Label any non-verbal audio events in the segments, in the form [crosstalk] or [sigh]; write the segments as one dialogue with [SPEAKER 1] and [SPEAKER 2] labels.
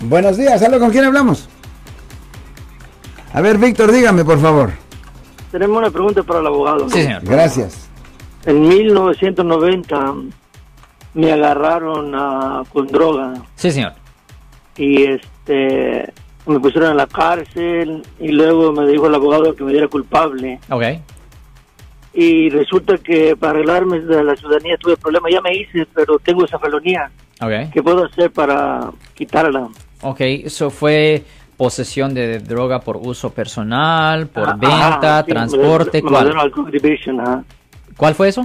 [SPEAKER 1] Buenos días, ¿aló con quién hablamos? A ver, Víctor, dígame, por favor.
[SPEAKER 2] Tenemos una pregunta para el abogado.
[SPEAKER 3] Sí, señor.
[SPEAKER 1] Gracias.
[SPEAKER 2] En 1990 me agarraron ah, con droga
[SPEAKER 3] Sí, señor.
[SPEAKER 2] y este me pusieron en la cárcel y luego me dijo el abogado que me diera culpable
[SPEAKER 3] Ok.
[SPEAKER 2] y resulta que para arreglarme de la ciudadanía tuve problemas, ya me hice, pero tengo esa felonía.
[SPEAKER 3] Ok.
[SPEAKER 2] ¿Qué puedo hacer para quitarla?
[SPEAKER 3] Ok, eso fue posesión de droga por uso personal, por
[SPEAKER 2] Ah,
[SPEAKER 3] venta,
[SPEAKER 2] ajá, sí, me-
[SPEAKER 3] transporte.
[SPEAKER 2] me
[SPEAKER 3] ¿cuál?
[SPEAKER 2] mandaron al Contribution, ajá.
[SPEAKER 3] ¿Cuál fue eso?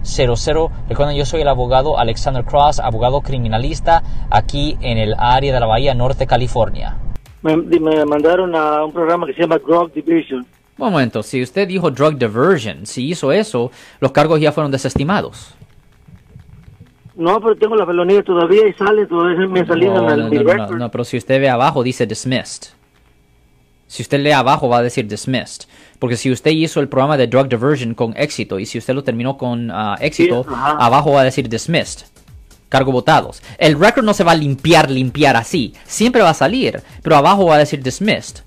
[SPEAKER 3] Recuerden, yo soy el abogado Alexander Cross, abogado criminalista aquí en el área de la Bahía Norte, California.
[SPEAKER 2] Me, me mandaron a un programa que se llama Drug Division.
[SPEAKER 3] Un momento, si usted dijo drug diversion, si hizo eso, los cargos ya fueron desestimados.
[SPEAKER 2] No, pero tengo la felonía todavía y sale, todavía me salida
[SPEAKER 3] no,
[SPEAKER 2] en el
[SPEAKER 3] no, no,
[SPEAKER 2] mi
[SPEAKER 3] no,
[SPEAKER 2] record.
[SPEAKER 3] no, pero si usted ve abajo dice dismissed. Si usted lee abajo va a decir dismissed. Porque si usted hizo el programa de drug diversion con éxito y si usted lo terminó con ah, éxito,
[SPEAKER 2] ajá.
[SPEAKER 3] abajo va a decir dismissed. Cargo votados. El record no se va a limpiar, limpiar así. Siempre va a salir, pero abajo va a decir dismissed.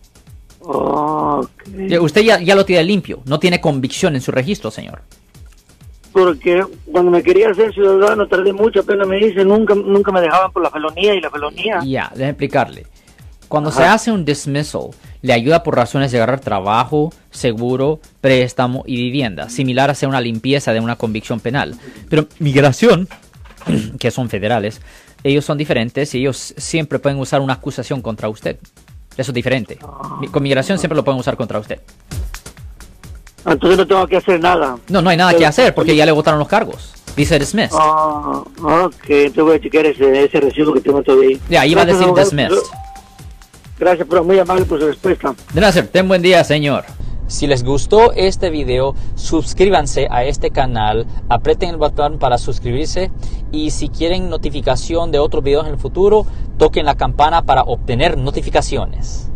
[SPEAKER 2] Oh, ok.
[SPEAKER 3] Ya- Usted ya, ya lo tiene limpio. No tiene convicción en su registro, señor.
[SPEAKER 2] Porque cuando me quería hacer ciudadano tardé mucho, apenas me hice, nunca nunca me dejaban por la felonía y la felonía.
[SPEAKER 3] Ya, déjame explicarle. Cuando se hace un dismissal, le ayuda por razones de agarrar trabajo, seguro, préstamo y vivienda, similar a hacer una limpieza de una convicción penal. Pero migración, [clears throat] que son federales, ellos son diferentes y ellos siempre pueden usar una acusación contra usted. Eso es diferente. Mi- Con migración siempre lo pueden usar contra usted.
[SPEAKER 2] Entonces no tengo que hacer nada.
[SPEAKER 3] No, no hay nada que
[SPEAKER 2] Pero-
[SPEAKER 3] hacer porque ya le votaron los cargos. Dice dismissed.
[SPEAKER 2] Oh, ok, entonces voy a chequear ese, ese recibo que tengo todavía.
[SPEAKER 3] Ya, ahí va a
[SPEAKER 2] Gracias,
[SPEAKER 3] decir
[SPEAKER 2] abogado.
[SPEAKER 3] dismissed.
[SPEAKER 2] Gracias, pero muy amable por su respuesta.
[SPEAKER 3] De nada, sir. Ten buen día, señor.
[SPEAKER 4] Si les gustó este video, suscríbanse a este canal, aprieten el botón para suscribirse y si quieren notificación de otros videos en el futuro, toquen la campana para obtener notificaciones.